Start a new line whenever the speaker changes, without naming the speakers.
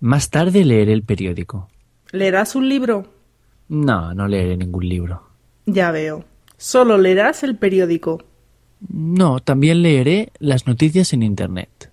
Más tarde leeré el periódico.
¿Leerás un libro?
No, no leeré ningún libro.
Ya veo. Solo leerás el periódico.
No, también leeré las noticias en Internet.